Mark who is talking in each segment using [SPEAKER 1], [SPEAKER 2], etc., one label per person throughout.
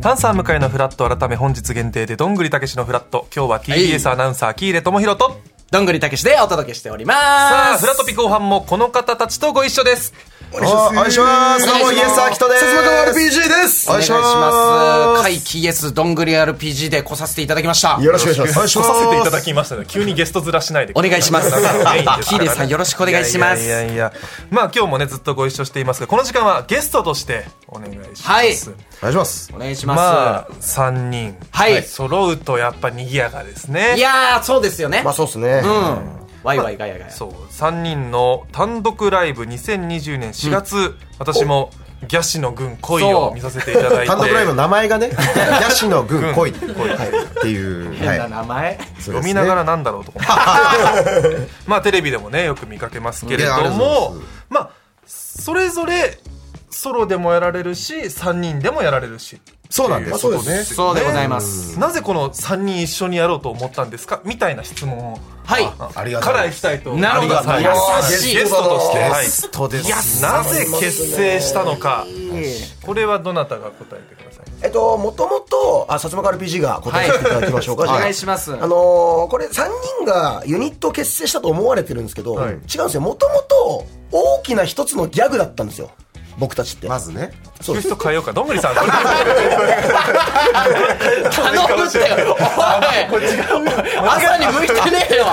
[SPEAKER 1] パンサー向かいのフラット改め本日限定でどんぐりたけしのフラット今日は TBS アナウンサー喜入智弘と
[SPEAKER 2] どんぐりたけしでお届けしております
[SPEAKER 1] さあフラトピ後半もこの方たちとご一緒です
[SPEAKER 3] お願いします。どうもイエスアキトです。
[SPEAKER 2] す。
[SPEAKER 3] RPG です。
[SPEAKER 2] お願いします。
[SPEAKER 3] は
[SPEAKER 2] 怪奇イエスどんぐり RPG で来させていただきました。
[SPEAKER 3] い。よろしくお願いし
[SPEAKER 1] 来
[SPEAKER 3] ま
[SPEAKER 1] さ
[SPEAKER 3] す。
[SPEAKER 1] せていただきましたね急にゲストずらしないで
[SPEAKER 2] お願いします。
[SPEAKER 1] メインですからね
[SPEAKER 2] キーレさんよろしくお願いします。
[SPEAKER 1] いやいやいやまあ今日もねずっとご一緒していますがこの時間はゲストとしてお願いします、
[SPEAKER 2] はい
[SPEAKER 3] お願いします。
[SPEAKER 2] お願いします。
[SPEAKER 1] まあ3人、
[SPEAKER 2] はい
[SPEAKER 1] 揃うとやっぱ賑やかですね
[SPEAKER 2] いやー、そうですよね。
[SPEAKER 3] まあそうですね。
[SPEAKER 2] うん。ワイワイガヤガヤ。
[SPEAKER 1] そう3人の単独ライブ2020年4月、私もギャシの軍恋
[SPEAKER 2] そ
[SPEAKER 1] を
[SPEAKER 2] う
[SPEAKER 1] 見させていただいて
[SPEAKER 3] 単独ライブの名前がね、ギャシの軍来いはいっていう。
[SPEAKER 2] 変な
[SPEAKER 3] は
[SPEAKER 2] 名前。
[SPEAKER 3] い。そうですね
[SPEAKER 1] 読みながら。なんだろうと思って まあテレビでもねよく見かけますけれ
[SPEAKER 3] いやあり
[SPEAKER 1] ど
[SPEAKER 3] がとうご
[SPEAKER 1] も
[SPEAKER 3] ざいま
[SPEAKER 1] まあそれぞれソロでもやられるし3人でもやられるし
[SPEAKER 3] そうなんです。
[SPEAKER 1] そ
[SPEAKER 3] そうう
[SPEAKER 1] で
[SPEAKER 3] ですすね。
[SPEAKER 2] そうでございます。
[SPEAKER 1] なぜこの3人一緒にやろうと思ったんですかみたいな質問を
[SPEAKER 2] はい。
[SPEAKER 3] ありがと
[SPEAKER 1] か
[SPEAKER 3] うご
[SPEAKER 1] ら
[SPEAKER 3] ざ
[SPEAKER 1] い
[SPEAKER 3] います。
[SPEAKER 1] きたいと思い
[SPEAKER 2] な
[SPEAKER 1] ま
[SPEAKER 2] る
[SPEAKER 1] す
[SPEAKER 2] ほど
[SPEAKER 1] はい
[SPEAKER 2] 優しい
[SPEAKER 1] ゲストとしてはい
[SPEAKER 3] ゲストです。
[SPEAKER 1] なぜ結成したのかこれはどなたが答えてください
[SPEAKER 4] えっと、もともと、あ、薩摩川 RPG が答えていただきましょうか、
[SPEAKER 2] はい
[SPEAKER 4] じゃあ
[SPEAKER 2] お願いします
[SPEAKER 4] あのーこれ3人がユニットを結成したと思われてるんですけど、
[SPEAKER 3] はい
[SPEAKER 4] 違うんですよ。もともと、大きな一つのギャグだったんですよ。僕たちって。
[SPEAKER 3] まずね。
[SPEAKER 4] そう
[SPEAKER 1] 聞く
[SPEAKER 4] です。
[SPEAKER 1] 人変えようかどんぐりさんこれ
[SPEAKER 2] 頼むってよ。おい。朝に向いてねえよ。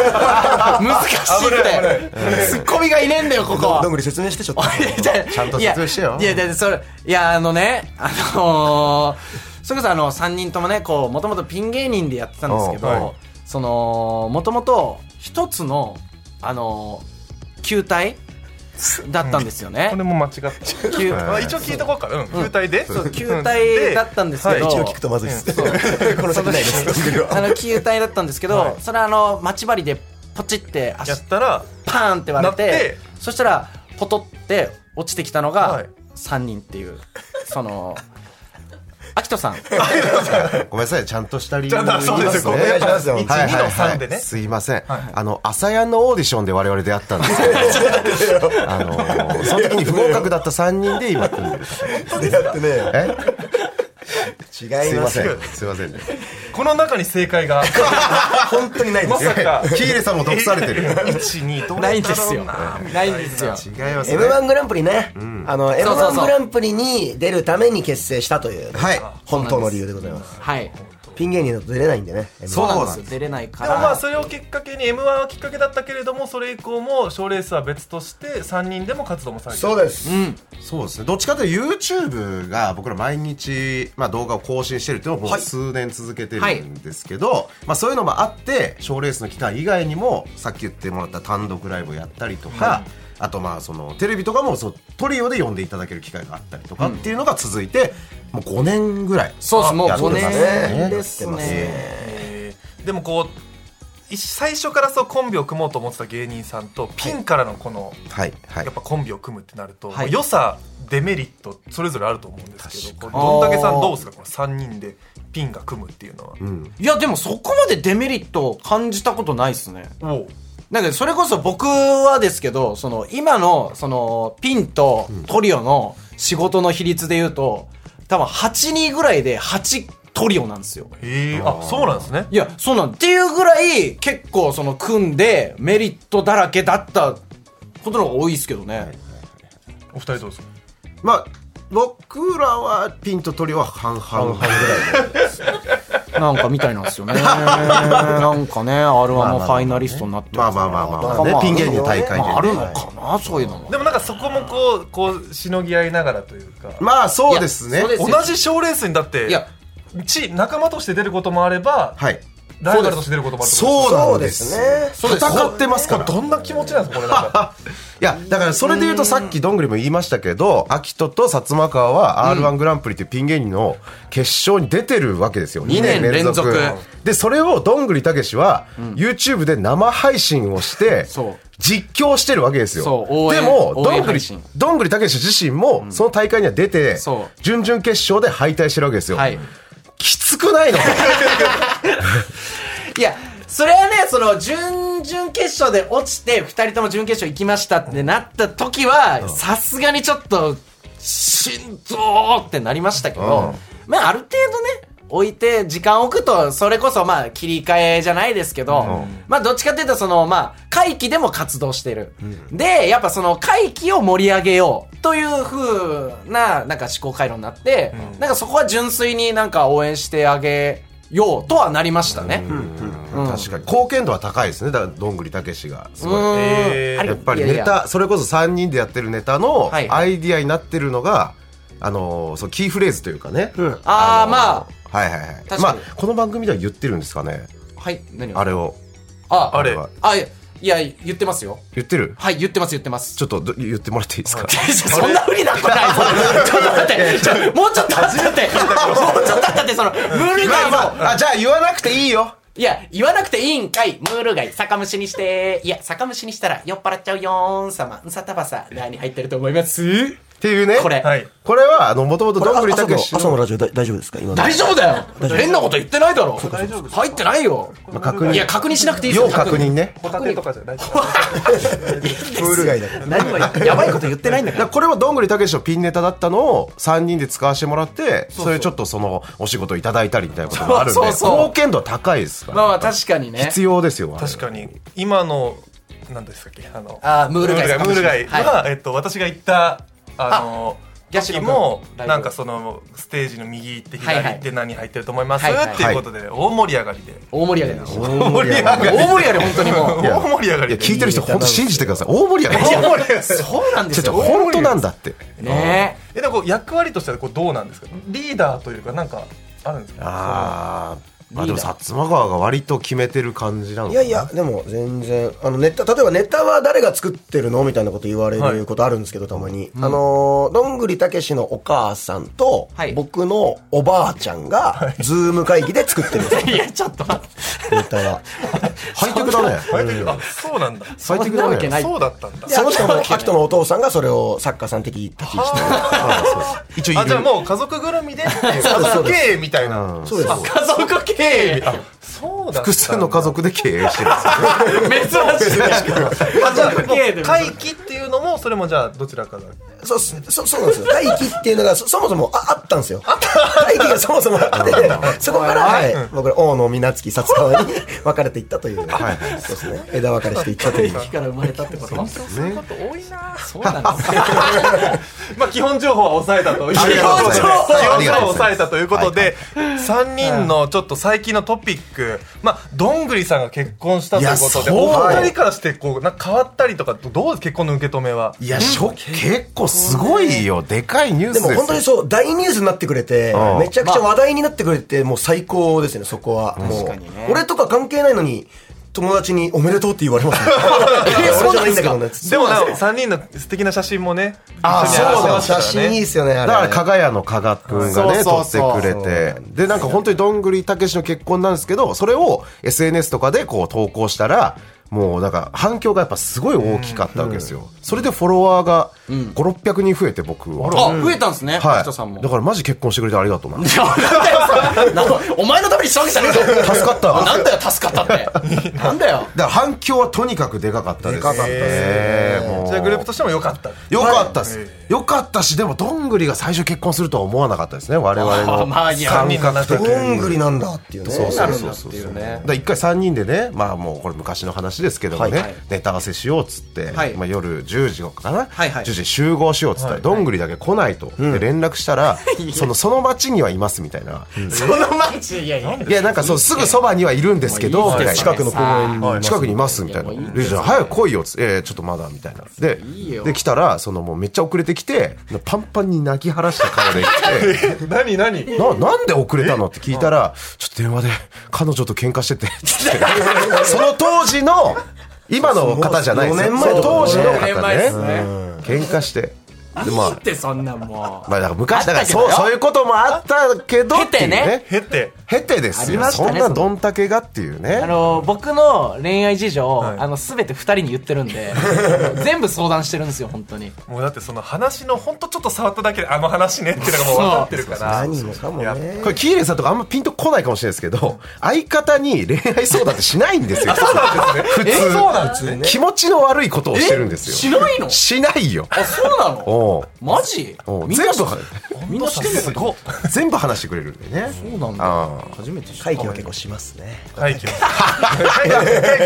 [SPEAKER 2] 難しいって。ツッコミがいねえんだよ、ここ。
[SPEAKER 3] どんぐり説明してちょっと。
[SPEAKER 2] いや
[SPEAKER 3] ちゃんと説明してよ
[SPEAKER 2] い。や、いやだってそれ、いや、あのね、あのー、それこそあの、3人ともね、こう、もともとピン芸人でやってたんですけど、
[SPEAKER 1] うんはい
[SPEAKER 2] その、もともと、一つの、あのー、球体だったんですよね
[SPEAKER 1] こ。れも間違って
[SPEAKER 2] 球
[SPEAKER 1] まあ 一応聞いとこうかうん球体で
[SPEAKER 2] そう球体だったんですけど、
[SPEAKER 1] はい
[SPEAKER 4] 一応聞くとまずいです。
[SPEAKER 2] そう
[SPEAKER 4] この先ないです。どん ぐりは
[SPEAKER 2] あの、球体だったんですけど、
[SPEAKER 1] はい
[SPEAKER 2] それあの、待ち針で、ポチって足
[SPEAKER 1] やったら
[SPEAKER 2] パーンって割れて
[SPEAKER 1] なって
[SPEAKER 2] そしたらポトって落ちてきたの
[SPEAKER 1] は
[SPEAKER 2] が
[SPEAKER 1] い
[SPEAKER 2] 3人っていう、その アキトさん
[SPEAKER 3] ごめんなさい、ちゃんとした理由
[SPEAKER 1] ちゃんとそうですよ
[SPEAKER 3] 言いますね
[SPEAKER 1] ごめんなさい
[SPEAKER 3] はい
[SPEAKER 1] 1
[SPEAKER 3] はいはい
[SPEAKER 1] 2の3でね
[SPEAKER 3] すいません。あの、朝やんのオーディションで我々出会ったんですけど、あの、その時に不合格だった3人で今組んでる。
[SPEAKER 4] だってね、
[SPEAKER 3] え
[SPEAKER 4] 違
[SPEAKER 3] す
[SPEAKER 4] い
[SPEAKER 3] いま
[SPEAKER 4] ま
[SPEAKER 3] せ
[SPEAKER 4] す。
[SPEAKER 3] ん。すいませんね。
[SPEAKER 1] この中に正解 が
[SPEAKER 4] 本当にないで。
[SPEAKER 1] ますさか
[SPEAKER 3] 喜入さんも毒されてる。
[SPEAKER 1] 12どうだったろう
[SPEAKER 2] ないんですよないんですよ
[SPEAKER 3] 違いますね。
[SPEAKER 4] M1 グランプリね。あの、
[SPEAKER 2] そうそう
[SPEAKER 4] M1 グランプリに出るために結成したという、
[SPEAKER 3] はい。
[SPEAKER 4] 本当の理由でございます。
[SPEAKER 2] はい
[SPEAKER 4] ピン芸人だと出れないんでね。
[SPEAKER 2] そうなんで
[SPEAKER 3] そうなん
[SPEAKER 2] すよ出れないか
[SPEAKER 1] でもまあ
[SPEAKER 2] ら
[SPEAKER 1] それをきっかけに m 1はきっかけだったけれどもそれ以降も賞ーレースは別として3人でも活動もされて
[SPEAKER 4] そうです。
[SPEAKER 3] そうですね。どっちかというと YouTube が僕ら毎日、まあ、動画を更新してるっていうのをもう数年続けてるんですけど、まあ、そういうのもあって賞ーレースの期間以外にもさっき言ってもらった単独ライブをやったりとか、あとまあそのテレビとかもそうトリオで呼んでいただける機会があったりとかっていうのが続いて、もう5年ぐらい
[SPEAKER 2] そうですもう
[SPEAKER 3] やって
[SPEAKER 2] 5
[SPEAKER 3] ますね
[SPEAKER 2] 年ですね
[SPEAKER 1] えーでもこうい最初からそうコンビを組もうと思ってた芸人さんとピンからのこの、
[SPEAKER 3] はいはい
[SPEAKER 1] やっぱコンビを組むってなると、
[SPEAKER 2] はい
[SPEAKER 1] 良さデメリットそれぞれあると思うんですけど
[SPEAKER 3] 確
[SPEAKER 1] こうどんだけさん
[SPEAKER 2] あー
[SPEAKER 1] どうですかこの3人でピンが組むっていうのは。
[SPEAKER 3] うん、
[SPEAKER 2] いやでもそこまでデメリットを感じたことないっすね
[SPEAKER 1] おう
[SPEAKER 2] なんかそれこそ僕はですけどその今のそのピンとトリオの仕事の比率で言うと多分8人ぐらいで8トリオなんですよ
[SPEAKER 1] へえあそうなんですね
[SPEAKER 2] いや、そうなんっていうぐらい、結構その組んで、メリットだらけだったことの方が多いですけどね。
[SPEAKER 1] お二人どうですか
[SPEAKER 3] まあ僕らはピンとトリオは半々ぐらい
[SPEAKER 2] なんかみたいなんです よね。なんかね、R1 もファイナリストになって
[SPEAKER 3] ま
[SPEAKER 2] ま
[SPEAKER 3] あ
[SPEAKER 2] す
[SPEAKER 3] まあまあまあ、まあ
[SPEAKER 2] ま
[SPEAKER 3] ね
[SPEAKER 2] あ、
[SPEAKER 3] ピン芸人大会で、ね
[SPEAKER 2] まああるのかな、そういうのも。
[SPEAKER 1] でもなんかそこもこうこうしのぎ合いながらというか、
[SPEAKER 3] まあそうで
[SPEAKER 2] い
[SPEAKER 3] すね
[SPEAKER 2] やそうです
[SPEAKER 1] 同じ賞ーレースにだって
[SPEAKER 2] いや
[SPEAKER 1] ち仲間として出ることもあれば、
[SPEAKER 3] はい
[SPEAKER 1] ライバルとして出ることもあるってこと
[SPEAKER 3] そうなんで
[SPEAKER 4] そ
[SPEAKER 3] す
[SPEAKER 4] うです
[SPEAKER 2] ね
[SPEAKER 3] 戦ってますから
[SPEAKER 1] どんな気持ちなんですかこれなんか
[SPEAKER 3] いやだからそれで言うとさっきどんぐりも言いましたけど秋人と薩摩川は r 1グランプリっていうピン芸人の決勝に出てるわけですよ
[SPEAKER 2] 二
[SPEAKER 3] 2
[SPEAKER 2] 年
[SPEAKER 3] 年連続
[SPEAKER 2] 連続
[SPEAKER 3] でそれをどんぐりたけしは YouTube で生配信をして
[SPEAKER 2] そう
[SPEAKER 3] 実況してるわけですよ
[SPEAKER 2] そう応援
[SPEAKER 3] でも
[SPEAKER 2] 応
[SPEAKER 3] ど
[SPEAKER 2] 援
[SPEAKER 3] んぐり
[SPEAKER 2] 配信
[SPEAKER 3] どんぐりたけし自身もその大会には出て
[SPEAKER 2] そう
[SPEAKER 3] 準々決勝で敗退してるわけですよ
[SPEAKER 2] はい。
[SPEAKER 3] きつくないの
[SPEAKER 2] いや、それはね、その、準々決勝で落ちて、二人とも準決勝行きましたってなった時は、さすがにちょっと、しんどーってなりましたけど、まあ、ある程度ね、置いて、時間置くと、それこそ、まあ、切り替えじゃないですけど、まあ、どっちかっていうと、その、まあ、会期でも活動してる。で、やっぱその、会期を盛り上げよう、という風な、なんか思考回路になって、なんかそこは純粋になんか応援してあげようとはなりましたね。
[SPEAKER 3] うん確かに貢献度は高いですねだからどんぐりたけしがすごい
[SPEAKER 2] うん
[SPEAKER 1] えー
[SPEAKER 2] あり
[SPEAKER 3] やっぱり
[SPEAKER 2] いやい
[SPEAKER 3] ネ
[SPEAKER 2] や
[SPEAKER 3] タそれこそ3人でやってるネタの
[SPEAKER 2] はい
[SPEAKER 3] アイディアになってるのがあのーそのキーフレーズというかね
[SPEAKER 2] あー
[SPEAKER 3] の
[SPEAKER 2] ま
[SPEAKER 3] はいはいはい
[SPEAKER 2] 確か
[SPEAKER 3] まあ
[SPEAKER 2] に
[SPEAKER 3] この番組では言ってるんですかね
[SPEAKER 2] はい、何を
[SPEAKER 3] あれを
[SPEAKER 2] あ、
[SPEAKER 1] あれ
[SPEAKER 3] は
[SPEAKER 2] あ、いや、いや言ってますよ。
[SPEAKER 3] 言ってる
[SPEAKER 2] はい、言ってます、言ってます。
[SPEAKER 3] ちょっとど言ってもらっていいですか
[SPEAKER 2] そんなふりなく ないぞ。ちょっと待って、ちょもうちょっと待って、もうちょっと待って、その、ムール
[SPEAKER 3] まあ
[SPEAKER 2] 貝
[SPEAKER 3] ま
[SPEAKER 2] の、
[SPEAKER 3] ああじゃあ言わなくていいよ
[SPEAKER 2] いや、言わなくていいんかい、ムール貝、酒蒸しにして、いや、酒蒸しにしたら酔っ払っちゃうよーん様、うんさたばさ、何入ってると思います
[SPEAKER 3] っていうね
[SPEAKER 2] これ
[SPEAKER 1] はい
[SPEAKER 3] これはあのもともとどんぐりた
[SPEAKER 4] 朝
[SPEAKER 3] け
[SPEAKER 4] の
[SPEAKER 3] し
[SPEAKER 4] 朝のラジオだ大丈夫ですか今の
[SPEAKER 2] 大丈夫だよ変なこと言ってないだろ
[SPEAKER 1] 大丈夫です
[SPEAKER 2] 入ってないよ
[SPEAKER 3] まあ確
[SPEAKER 2] い
[SPEAKER 3] 認
[SPEAKER 2] や、確認しなくていいです
[SPEAKER 3] 要
[SPEAKER 2] よ。
[SPEAKER 3] 確認ね
[SPEAKER 1] ホタテとかじゃない
[SPEAKER 4] プール外だから
[SPEAKER 2] 何もやばいこと言ってないんだ
[SPEAKER 3] だ
[SPEAKER 2] か
[SPEAKER 3] から
[SPEAKER 2] ら。
[SPEAKER 3] これはどんぐりたけしのピンネタだったのを3人で使わせてもらってそれちょっとそのお仕事いただいたりみたいなこともあるんで
[SPEAKER 2] そうそうそう
[SPEAKER 3] 貢献度は高いですから
[SPEAKER 2] まあまあ、確かにね。
[SPEAKER 3] 必要ですよ
[SPEAKER 1] 確かに今の何でしたっけあの
[SPEAKER 2] あームール貝
[SPEAKER 1] ムール貝
[SPEAKER 2] はい
[SPEAKER 1] は、えっと、私が行ったあの
[SPEAKER 2] ヤシ
[SPEAKER 1] 時
[SPEAKER 2] ロ君
[SPEAKER 1] も
[SPEAKER 2] ライブ
[SPEAKER 1] なんかそのステージの右行って
[SPEAKER 2] はいは
[SPEAKER 1] 左行
[SPEAKER 2] い
[SPEAKER 1] って何入ってると思います、
[SPEAKER 2] はいはい
[SPEAKER 1] っていうことで大盛り上がりで、
[SPEAKER 2] 大盛り上がりでした。
[SPEAKER 3] 大盛り上がり
[SPEAKER 2] 大盛り上がり、本当にもう。
[SPEAKER 1] 大盛り上が
[SPEAKER 3] いや
[SPEAKER 1] りで
[SPEAKER 3] 聞いてる人本当信じてください大盛り上がり
[SPEAKER 1] 大盛り上がり
[SPEAKER 2] そうなんで
[SPEAKER 3] ちょ
[SPEAKER 2] す
[SPEAKER 3] ちょ
[SPEAKER 2] よ。
[SPEAKER 3] 本当なんだって
[SPEAKER 2] ね
[SPEAKER 1] えでもこう役割としてはこうどうなんですかリーダーというかなんかあるんですか
[SPEAKER 3] あーまあでも
[SPEAKER 2] リーダー
[SPEAKER 3] 薩摩川が割と決めてる感じなの
[SPEAKER 4] い
[SPEAKER 3] か
[SPEAKER 4] や
[SPEAKER 3] ない
[SPEAKER 4] やでも全然あのネタ例えばネタは誰が作ってるのみたいなこと言われることあるんですけど、たまに、あのーどんぐりたけしのお母さんと、
[SPEAKER 2] はい
[SPEAKER 4] 僕のおばあちゃんがズーム会議で作ってるんですよ
[SPEAKER 2] え。いや、ちょっと待って。
[SPEAKER 4] ネ タは
[SPEAKER 3] ハイテクだね
[SPEAKER 1] ああそうなんだ
[SPEAKER 3] ハイテ
[SPEAKER 2] そ
[SPEAKER 3] クだ
[SPEAKER 2] んなわけ
[SPEAKER 3] ね
[SPEAKER 2] ない
[SPEAKER 1] そうだったんだ
[SPEAKER 4] で秋
[SPEAKER 2] そ
[SPEAKER 4] 人
[SPEAKER 2] んな
[SPEAKER 4] の
[SPEAKER 2] わけない
[SPEAKER 4] 秋人のお父さんがそれを作家さん的立ち位置で
[SPEAKER 3] 一応い
[SPEAKER 1] あじゃあ
[SPEAKER 3] る
[SPEAKER 1] もう家族ぐるみで家
[SPEAKER 4] うですそう
[SPEAKER 1] 族
[SPEAKER 4] です
[SPEAKER 1] 経営みたい
[SPEAKER 3] うん
[SPEAKER 1] な
[SPEAKER 4] そうです
[SPEAKER 2] 家族経営
[SPEAKER 1] あそうだ
[SPEAKER 3] 複数の家族で経営してるんですよ
[SPEAKER 2] 珍しい
[SPEAKER 1] あじゃあ
[SPEAKER 2] 家族経営で
[SPEAKER 1] 会期っていうのもそれもじゃあどちらかが
[SPEAKER 4] そうそそうなんですよ大輝っていうのがそそもそもああったんですよ大輝がそもそもあってそこから、はい僕ら大野みなつき薩川に 分かれていったという
[SPEAKER 3] はい
[SPEAKER 4] そうですね枝分かれしていったという
[SPEAKER 2] 駅から生まれたってことそう
[SPEAKER 1] そういうこと多いな
[SPEAKER 2] なんですよ
[SPEAKER 1] まあ基本情報は抑えたという基
[SPEAKER 3] ありがとうございます
[SPEAKER 1] 基
[SPEAKER 3] あ
[SPEAKER 1] 本
[SPEAKER 3] り
[SPEAKER 1] 情
[SPEAKER 3] が
[SPEAKER 1] 報を
[SPEAKER 3] とうご
[SPEAKER 1] 抑
[SPEAKER 3] ざいます
[SPEAKER 1] えたということで3人のちょっと最近のトピックまあどんぐりさんが結婚したということで
[SPEAKER 3] いやそう
[SPEAKER 1] お二人からしてこうなんか変わったりとかどう結婚の受け止めはい
[SPEAKER 3] や、ショ結構すごいよ。でかいニュース
[SPEAKER 4] で
[SPEAKER 3] ですよ。
[SPEAKER 4] も本当にそう、大ニュースになってくれて、
[SPEAKER 3] うん
[SPEAKER 4] めちゃくちゃ話題になってくれて、もう最高ですね、そこは。もう、俺とか関係ないのに、友達におめでとうって言われますね。 俺じゃないんだけどね。
[SPEAKER 1] でもな3人の素敵な写真もね
[SPEAKER 3] あ
[SPEAKER 1] 一緒に合わせました
[SPEAKER 4] 写
[SPEAKER 1] からね
[SPEAKER 4] 真いいっすよね、あ
[SPEAKER 3] だか
[SPEAKER 4] れ。
[SPEAKER 3] ら、加賀屋の加賀くんが
[SPEAKER 2] そ
[SPEAKER 3] ね、撮
[SPEAKER 2] うそ
[SPEAKER 3] って
[SPEAKER 2] うそう
[SPEAKER 3] くれて。で、なんか本当にどんぐりたけしの結婚なんですけど、それを SNS とかでこう投稿したら、もうなんか反響がやっぱすごい大きかったわけですよ。それでフォロワーが5、600人増えて僕は。
[SPEAKER 2] あ、増えたんですね、
[SPEAKER 3] は。
[SPEAKER 2] はいさんも
[SPEAKER 3] だ。からマジ結婚してくれてありがとうな。
[SPEAKER 2] いやなんだよそれお前のためにしたわけじゃねえぞ
[SPEAKER 3] 助かった わ。
[SPEAKER 2] なんだよ助かったってなんだよ
[SPEAKER 3] だから反響はとにかくでかかったです。
[SPEAKER 4] でかかったですね
[SPEAKER 3] えーもう
[SPEAKER 1] じゃあグループとしても良かった
[SPEAKER 3] よかったです、よかったしでもどんぐりが最初結婚するとは思わなかったですね我々
[SPEAKER 2] あー
[SPEAKER 3] の
[SPEAKER 2] まあいや
[SPEAKER 3] 感覚的
[SPEAKER 4] どんぐ
[SPEAKER 3] に
[SPEAKER 4] りなんだっていうね。
[SPEAKER 3] そうそう
[SPEAKER 2] そ
[SPEAKER 3] そうそうう
[SPEAKER 2] なるんだっていうね
[SPEAKER 3] だから一回3人でねまあもうこれ昔の話ですけどもね、
[SPEAKER 4] はいはい
[SPEAKER 3] ネタ合わせしようっつって、
[SPEAKER 2] はい
[SPEAKER 3] まあ、夜10時かな、
[SPEAKER 2] はいはい
[SPEAKER 3] 10時集合しようっつったら、どんぐりだけ来ないと、で連絡し たら、そのその町にはいますみたいな、
[SPEAKER 2] その街いやいや
[SPEAKER 3] いやなんかそうすぐそばにはいるんですけど
[SPEAKER 2] もういいです
[SPEAKER 3] みたいな
[SPEAKER 2] 近くの公園
[SPEAKER 1] に
[SPEAKER 3] 近くにいますみたいな
[SPEAKER 2] もういいです
[SPEAKER 3] レイジさん早く来いよっつってえーちょっとまだみたいなで
[SPEAKER 2] いいよ
[SPEAKER 3] で来たらそのもうめっちゃ遅れてきてパンパンに泣き晴らした顔で来て
[SPEAKER 1] 何何
[SPEAKER 3] ななんで遅れたのって聞いたらちょっと電話で彼女と喧嘩し ててって言ってその当時の今の方じゃないです
[SPEAKER 4] そう
[SPEAKER 3] よ
[SPEAKER 4] 四年前
[SPEAKER 3] その当時の
[SPEAKER 2] 四年前です
[SPEAKER 3] 方ね
[SPEAKER 2] ね
[SPEAKER 3] 喧嘩してでま
[SPEAKER 2] いいっ
[SPEAKER 3] あ
[SPEAKER 2] てそんなんもう
[SPEAKER 3] まあだから昔だか
[SPEAKER 2] あっ
[SPEAKER 3] ら
[SPEAKER 2] たけど
[SPEAKER 3] そう
[SPEAKER 2] よ
[SPEAKER 3] そういうこともあったけど
[SPEAKER 2] 経てね
[SPEAKER 3] っていう
[SPEAKER 1] へって
[SPEAKER 3] 経てです
[SPEAKER 2] あり
[SPEAKER 3] よ、
[SPEAKER 2] ました
[SPEAKER 3] そ
[SPEAKER 2] ね
[SPEAKER 3] んなどんたけがっていうね
[SPEAKER 2] あの僕の恋愛事情、
[SPEAKER 1] い
[SPEAKER 2] あの全て2人に言ってるん で全部相談してるんですよ本当に
[SPEAKER 1] もうだってその話のほんとちょっと触っただけであの話ねっていうのがもう分かってるから
[SPEAKER 4] 何もかも
[SPEAKER 1] やっ
[SPEAKER 4] ね
[SPEAKER 3] これキーレンさんとかあんまピンとこないかもしれないですけど相方に恋愛相談ってしないんですよ普通気持ちの悪いことをしてるんですよ
[SPEAKER 2] しないの
[SPEAKER 3] しないよ
[SPEAKER 2] あそうなの
[SPEAKER 3] おう
[SPEAKER 2] マジ
[SPEAKER 3] おう
[SPEAKER 2] みんな
[SPEAKER 3] 全部
[SPEAKER 2] みんなしてる
[SPEAKER 1] すごっ
[SPEAKER 3] 全部話してくれるんでね
[SPEAKER 2] そうなんだ
[SPEAKER 3] ああ
[SPEAKER 5] 初めて知った
[SPEAKER 4] 会議は結構しますね
[SPEAKER 1] はい行きます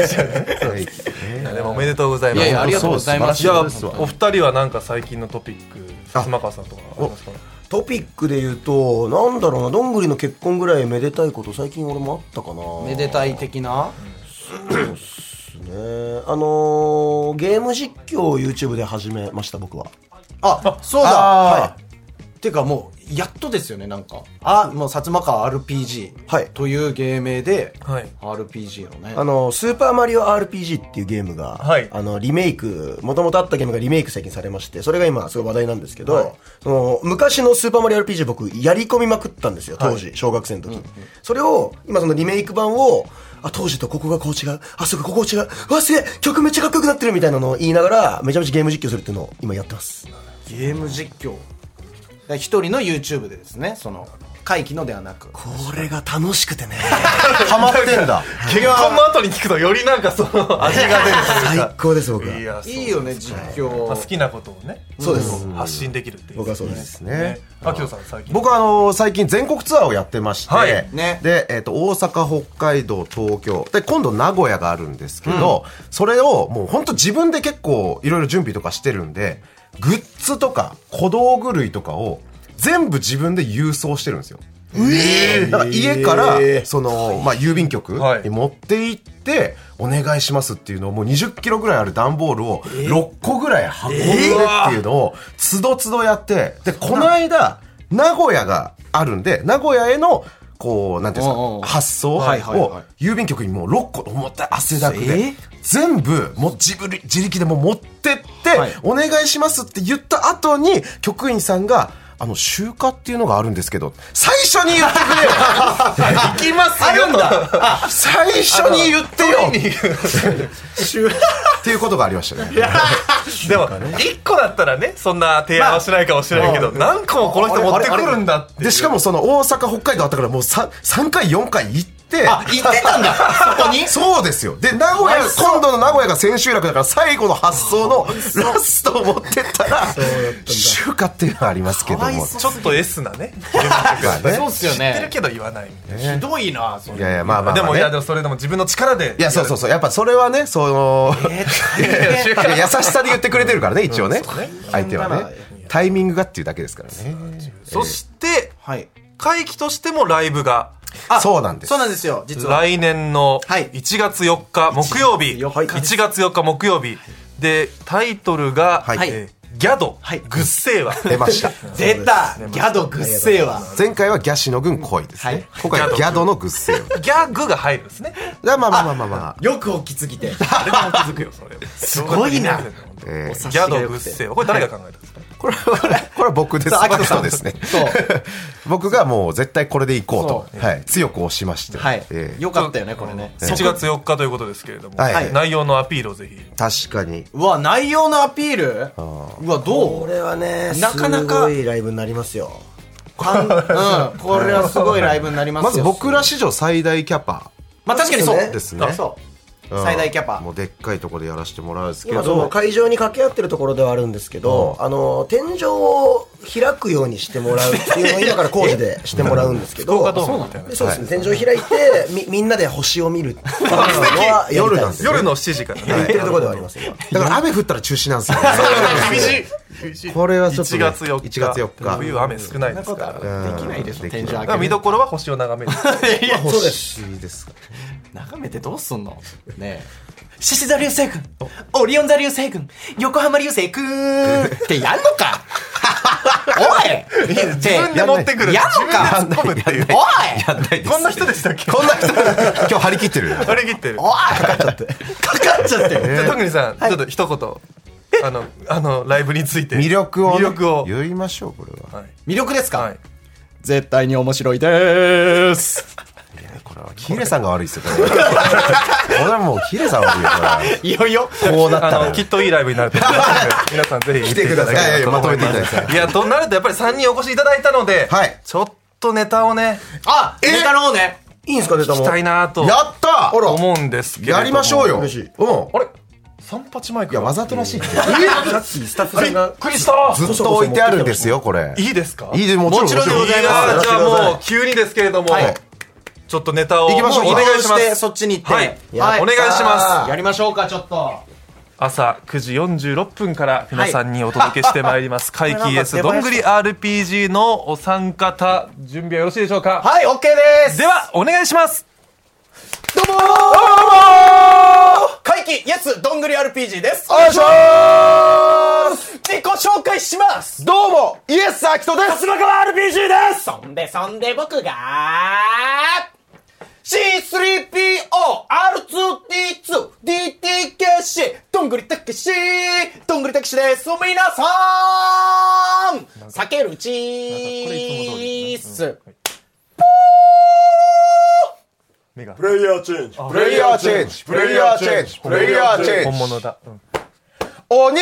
[SPEAKER 1] いやでもおめでとうござい
[SPEAKER 2] い
[SPEAKER 1] ま
[SPEAKER 2] や
[SPEAKER 1] す
[SPEAKER 2] いやありがとうございます
[SPEAKER 1] いや
[SPEAKER 3] そうですわ
[SPEAKER 1] お二人はなんか最近のトピック妻川さんとかありますか
[SPEAKER 4] トピックで言うとなんだろうなどんぐりの結婚ぐらいめでたいこと最近俺もあったかな
[SPEAKER 2] めでたい的な
[SPEAKER 4] ねあのーゲーム実況を YouTube で始めました僕は
[SPEAKER 2] あそうだ
[SPEAKER 3] あー
[SPEAKER 2] はいてかもうやっとですよねなんかあもう薩摩川 RPG、
[SPEAKER 4] はい
[SPEAKER 2] という芸名で、
[SPEAKER 1] はい
[SPEAKER 2] RPG のね
[SPEAKER 4] あのスーパーマリオ RPG っていうゲームが、
[SPEAKER 1] はい
[SPEAKER 4] あのリメイクもともとあったゲームがリメイク最近されましてそれが今すごい話題なんですけど、その昔のスーパーマリオ RPG 僕やり込みまくったんですよ当時、小学生の時、それを今そのリメイク版をあ当時とここがこう違うあそうかここ違ううわすげえ曲めっちゃかっこよくなってるみたいなのを言いながらめちゃめちゃゲーム実況するっていうのを今やってます
[SPEAKER 2] ゲーム実況だ一人の YouTube でですねその会期のではなく
[SPEAKER 4] これが楽しくてね
[SPEAKER 3] ハマってんだ
[SPEAKER 1] 結婚の後に聞くとよりなんかその味が出
[SPEAKER 4] 最
[SPEAKER 1] る
[SPEAKER 4] 高です僕
[SPEAKER 1] と
[SPEAKER 4] は
[SPEAKER 1] いうか
[SPEAKER 2] いいよね実況、
[SPEAKER 1] まあ好きなことをね
[SPEAKER 4] そうです
[SPEAKER 1] 発信できるっていう
[SPEAKER 4] 僕はそうです
[SPEAKER 3] ね
[SPEAKER 1] あきょさん最近
[SPEAKER 3] 僕はあの最近全国ツアーをやってまして、
[SPEAKER 1] はい
[SPEAKER 2] ね
[SPEAKER 3] で、えっと大阪北海道東京で今度名古屋があるんですけど、それをもう本当自分で結構いろいろ準備とかしてるんでグッズとか小道具類とかを全部自分で郵送してるんですよ。だから家からその、まあ、郵便局
[SPEAKER 1] はい
[SPEAKER 3] に持って行ってお願いしますっていうのをもう2 0キロぐらいある段ボールを6個ぐらい運んでっていうのをつどつどやってでこの間名古屋があるんで名古屋へのこうなんていうんです
[SPEAKER 2] おうおう
[SPEAKER 3] か発送を
[SPEAKER 2] はいはいはい
[SPEAKER 3] 郵便局にもう6個重たい汗だく
[SPEAKER 2] え
[SPEAKER 3] で全部もう自分自力でもう持ってって
[SPEAKER 2] はい
[SPEAKER 3] お願いしますって言った後に局員さんがあの集荷っていうのがあるんですけど最初に言ってくれよ
[SPEAKER 1] 行きますよ
[SPEAKER 2] あるんだ
[SPEAKER 3] 最初に言ってよ
[SPEAKER 1] 取りに行く
[SPEAKER 3] っていうことがありましたね。
[SPEAKER 1] でも1個だったらねそんな提案はしないかもしれないけど何個もこの人持ってくるんだっていう
[SPEAKER 3] でしかもその大阪北海道あったからもう 3, 三回4回行って
[SPEAKER 2] あ行ってたんだそこに
[SPEAKER 3] そうですよで名古屋今度の名古屋が千秋楽だから最後の発想のラストを持ってったら中華っていうのはありますけども
[SPEAKER 1] ちょっと S なね
[SPEAKER 3] まあね
[SPEAKER 2] そうっすよ
[SPEAKER 1] 知ってる
[SPEAKER 2] ね
[SPEAKER 1] けど言わないみたいな
[SPEAKER 2] ひどいなそ
[SPEAKER 3] い
[SPEAKER 2] れ
[SPEAKER 3] やいやまあまあまあね
[SPEAKER 1] でもいやでもそれでも自分の力で
[SPEAKER 3] いやそうそうそうやっぱそれはねその、
[SPEAKER 1] 集
[SPEAKER 3] いや優しさで言ってくれてるからね一応ね
[SPEAKER 1] そうね
[SPEAKER 3] 相手はねタイミングがっていうだけですからね
[SPEAKER 1] そして
[SPEAKER 2] はい
[SPEAKER 1] 会期としてもライブが
[SPEAKER 3] そうなんです
[SPEAKER 2] そうなんですよ実は
[SPEAKER 1] 来年の
[SPEAKER 2] はい
[SPEAKER 1] 1月4日木曜日
[SPEAKER 2] はい
[SPEAKER 1] 1月4日木曜日でタイトルが
[SPEAKER 3] はい
[SPEAKER 1] えーギャド
[SPEAKER 2] はい
[SPEAKER 1] ぐっせーは
[SPEAKER 3] 出ました
[SPEAKER 2] 出たギャドグッセーは
[SPEAKER 3] 前回はギャシの軍恋ですね、
[SPEAKER 2] はい
[SPEAKER 3] 今回はギャドのグッセ よ
[SPEAKER 1] ギャグが入るんですね
[SPEAKER 3] まあまあまあまあまあ
[SPEAKER 2] よく起きすぎて
[SPEAKER 1] 誰でも気づくよそれす
[SPEAKER 2] ごいな
[SPEAKER 3] えー
[SPEAKER 1] ギャドぐっせーはこれ誰が考えたんですか
[SPEAKER 3] これは、これこれは僕です。
[SPEAKER 2] そう秋人さん
[SPEAKER 3] そうですね。
[SPEAKER 2] そう
[SPEAKER 3] 僕がもう絶対これでいこうと、はい、強く押しまして、
[SPEAKER 2] はい
[SPEAKER 3] えー
[SPEAKER 2] よかったよねこれね
[SPEAKER 1] 1月4日ということですけれども
[SPEAKER 3] はい
[SPEAKER 1] 内容のアピールをぜひ
[SPEAKER 3] 確かに。
[SPEAKER 2] うわ内容のアピールうわど
[SPEAKER 4] こ
[SPEAKER 2] う
[SPEAKER 4] れはね
[SPEAKER 2] なかなか
[SPEAKER 4] すごいライブになりますよ
[SPEAKER 2] かんうんこれはすごいライブになりますよ
[SPEAKER 3] まず僕ら史上最大キャパ
[SPEAKER 2] まあ確かにそう
[SPEAKER 3] ですね
[SPEAKER 2] そう最大キャパ
[SPEAKER 3] もうでっかいとこでやらせてもらうんですけ
[SPEAKER 4] 今その
[SPEAKER 3] ど、
[SPEAKER 4] 会場に掛け合ってるところではあるんですけど、あの天井を開くようにしてもらうって いうのを今から工事でしてもらうんですけど
[SPEAKER 1] 岡ドームみたいな
[SPEAKER 4] でそうですね、天井開いてみ みんなで星を見るっていうのはやりたいです
[SPEAKER 1] 夜の7時から
[SPEAKER 4] 言っ
[SPEAKER 1] ね
[SPEAKER 4] てるところではあります今
[SPEAKER 3] だから雨降ったら中止なんですよね。
[SPEAKER 1] 厳しい厳しい
[SPEAKER 3] これはちょっと
[SPEAKER 1] 1
[SPEAKER 3] ね
[SPEAKER 1] 月4日
[SPEAKER 3] 1月4日
[SPEAKER 1] 冬は雨少ないですから
[SPEAKER 2] できないでしょ
[SPEAKER 3] できな
[SPEAKER 2] 天
[SPEAKER 3] い
[SPEAKER 2] 井開
[SPEAKER 1] だから
[SPEAKER 2] け
[SPEAKER 1] 見
[SPEAKER 2] て
[SPEAKER 1] どころは星を眺める
[SPEAKER 3] 欲しいですか
[SPEAKER 2] 眺めてどうすんのねえ獅子座流星群オリオン座流星群横浜流星群ってやんのかおい自
[SPEAKER 1] 自分で持ってくる
[SPEAKER 2] やんのか
[SPEAKER 1] 自分で突っ込むっていう
[SPEAKER 2] おい
[SPEAKER 1] こんな人でしたっけ
[SPEAKER 3] こんな人、今日張り切ってるよ。
[SPEAKER 1] 張り切ってる
[SPEAKER 2] おいかかっちゃってかかっちゃって
[SPEAKER 1] じゃあ徳光さん、ちょっと一言あのあのライブについて
[SPEAKER 3] 魅力をね、
[SPEAKER 1] 魅力を
[SPEAKER 3] 言いましょう、これは。
[SPEAKER 1] はい
[SPEAKER 2] 魅力ですか、
[SPEAKER 1] はい
[SPEAKER 2] 絶対に面白いでーす
[SPEAKER 3] ヒレさんが悪いっすよ、こ れ。これはもうヒレさん悪いよ、
[SPEAKER 2] いよいよ。
[SPEAKER 3] これ。こうなった
[SPEAKER 1] あ
[SPEAKER 3] ら
[SPEAKER 1] の。きっといいライブになると思うので 皆さんぜひ
[SPEAKER 3] 来てくださいいやいやまとめていただきた
[SPEAKER 1] いいやとなるとやっぱり3人お越しいただいたので、
[SPEAKER 3] はい
[SPEAKER 1] ちょっとネタをね
[SPEAKER 2] あ、ネタの方ね。
[SPEAKER 4] いいんですか、ネタ
[SPEAKER 1] し
[SPEAKER 4] も。
[SPEAKER 1] たいなと
[SPEAKER 3] やった
[SPEAKER 4] あら
[SPEAKER 1] 思うんですけれども
[SPEAKER 3] やりましょうよ。
[SPEAKER 4] 嬉しい
[SPEAKER 3] うん。
[SPEAKER 1] あれ三八マイク
[SPEAKER 3] いや、わざと らしいって。
[SPEAKER 4] さっきスタッフさん
[SPEAKER 1] び
[SPEAKER 4] が
[SPEAKER 1] っ。くりした
[SPEAKER 3] ずっと置いてあるんですよ、これ。
[SPEAKER 1] いいですか
[SPEAKER 3] いいでもちろん
[SPEAKER 2] もちろんでござ
[SPEAKER 1] や
[SPEAKER 2] います
[SPEAKER 1] じゃ
[SPEAKER 4] やらせてくださ
[SPEAKER 1] あも
[SPEAKER 4] い
[SPEAKER 1] う急にですけれども、ちょっとネタを
[SPEAKER 3] 行きましょう
[SPEAKER 1] お願いしま
[SPEAKER 2] 移動
[SPEAKER 1] す
[SPEAKER 2] てそっちに行って。
[SPEAKER 1] はいお願いします
[SPEAKER 2] やりましょうか、ちょっと。
[SPEAKER 1] 朝9時46分から皆さんにお届けしてまいります怪奇 ES どんぐり RPG のお三方準備はよろしいでしょうか
[SPEAKER 2] はい、オッケーです。
[SPEAKER 1] ではお願いします
[SPEAKER 2] 会期イエスどんぐり RPG です。
[SPEAKER 5] お願いします
[SPEAKER 2] 自己紹介します。
[SPEAKER 5] どうもイエス・アキトです
[SPEAKER 2] 砂川 RPG ですそんでそんで僕が C3POR2D2DTKC どんぐりたけしどんぐりたけしです皆さん避けるチーズ
[SPEAKER 1] 目が
[SPEAKER 5] プレイヤーチェンジプレイヤーチェンジプレイヤーチェンジプレイヤーチェン
[SPEAKER 1] 本
[SPEAKER 5] ジ
[SPEAKER 1] 物だ、うん
[SPEAKER 5] 鬼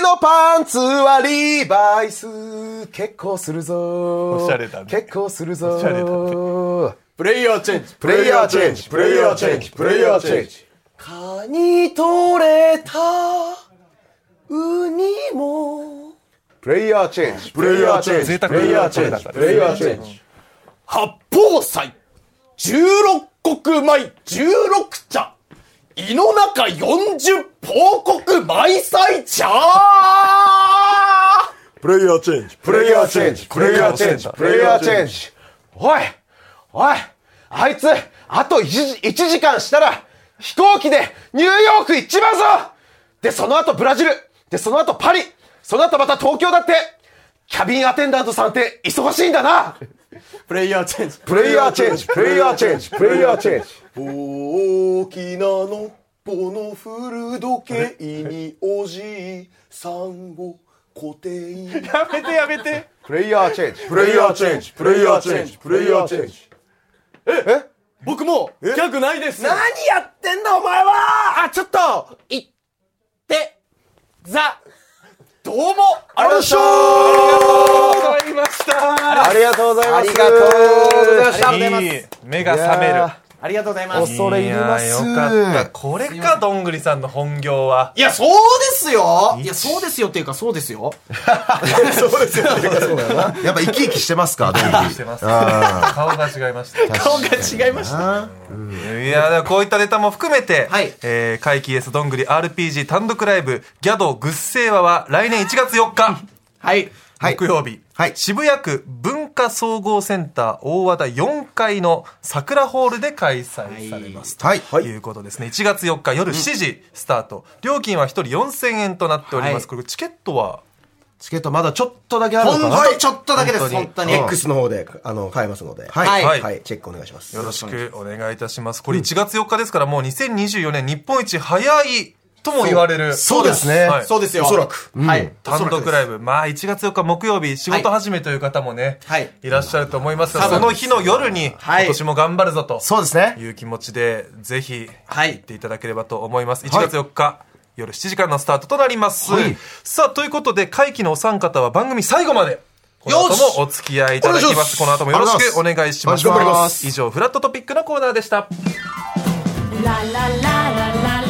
[SPEAKER 5] のパンツはリーバイス結構するぞ
[SPEAKER 1] おしゃれだね
[SPEAKER 5] 結構する
[SPEAKER 1] おしゃれだね
[SPEAKER 5] ぞプレイヤーチェンジプレイヤーチェンジプレイヤーチェンジプレイヤーチェンジ
[SPEAKER 4] カニ取れた、ウニも。
[SPEAKER 5] プレイヤーチェンジプレイヤーチェン
[SPEAKER 1] 贅
[SPEAKER 5] ジ
[SPEAKER 1] 沢
[SPEAKER 5] プレイヤーチェンジプレイヤーチェンジ
[SPEAKER 2] 八宝菜16穀米16茶胃の中40報告米菜茶
[SPEAKER 5] プレイヤーチェンジプレイヤーチェンジプレイヤーチェンジプレイヤーチェンジおいおいあいつあと 1, 時間したら飛行機でニューヨーク行っちまうぞでその後ブラジルでその後パリその後また東京だってキャビンアテンダントさんって忙しいんだな
[SPEAKER 2] プレイヤーチェンジ
[SPEAKER 5] プレイヤーチェンジプレイヤーチェンジプレイヤーチェンジ
[SPEAKER 6] 大きなのっぽの古時計におじいさんを固定
[SPEAKER 1] やめてやめて
[SPEAKER 5] プレイヤーチェンジプ
[SPEAKER 6] プレイヤーチェンジプレイヤーチェンジプレイヤーチェンジ
[SPEAKER 2] 僕もギャグないです
[SPEAKER 5] 何やってんだお前はあちょっと
[SPEAKER 2] いってザどうも
[SPEAKER 5] ありがとうございました
[SPEAKER 1] わかりました
[SPEAKER 5] ありがとうございます
[SPEAKER 4] ありがとうございま
[SPEAKER 2] ありがとうございます
[SPEAKER 1] いい目が覚める
[SPEAKER 2] ありがとうございます
[SPEAKER 5] 恐れ入ります
[SPEAKER 1] いやーよかったこれかどんぐりさんの本業はい
[SPEAKER 2] やそうですよいやそうですよっていうかそうですよ
[SPEAKER 3] やっぱ生き生きしてますか、どう
[SPEAKER 1] して ます顔が違いました
[SPEAKER 2] 顔が違いました
[SPEAKER 1] いやだからこういったネタも含めて、
[SPEAKER 2] はい
[SPEAKER 1] えー、怪奇 S どんぐり RPG 単独ライブ、ギャドグッセーワは来年1月4日、
[SPEAKER 2] はい
[SPEAKER 1] 木曜日、
[SPEAKER 3] はい
[SPEAKER 1] 渋谷区文化総合センター大和田4階の桜ホールで開催されます、
[SPEAKER 3] はい。
[SPEAKER 1] ということですね。1月4日夜7時スタート。料金は1人4000円となっております。
[SPEAKER 2] はい
[SPEAKER 1] これチケットは
[SPEAKER 3] チケットまだちょっとだけある
[SPEAKER 2] ほ
[SPEAKER 3] の
[SPEAKER 2] ん
[SPEAKER 3] かな。
[SPEAKER 2] とちょっとだけです本当に
[SPEAKER 4] X の方で、あの、買えますので。はい
[SPEAKER 2] はい
[SPEAKER 1] はい
[SPEAKER 4] はい、チェックお願いします。
[SPEAKER 1] よろしくお願いいたします。これ1月4日ですからもう2024年日本一早いとも言われる。
[SPEAKER 3] そうですね。
[SPEAKER 1] はい
[SPEAKER 2] そうですよ
[SPEAKER 4] おそらく。
[SPEAKER 2] はい
[SPEAKER 1] 単独ライブ。まあ、1月4日木曜日、仕事始めという方もね、
[SPEAKER 2] はいい、
[SPEAKER 1] らっしゃると思いますが、
[SPEAKER 2] 多分
[SPEAKER 1] その日の夜に、
[SPEAKER 2] はい
[SPEAKER 1] 今年も頑張るぞと
[SPEAKER 3] そうですね。
[SPEAKER 1] いう気持ちで、ぜひ、
[SPEAKER 2] はい
[SPEAKER 1] 行っていただければと思います。1月4日、夜7時からのスタートとなります。さあ、ということで、会期のお三方は番組最後まで、この後もお付き合いいただきます。この後もよろしくお願いします。
[SPEAKER 3] ありがとうございます
[SPEAKER 1] 以上、フラットトピックのコーナーでした。
[SPEAKER 7] La la la la la la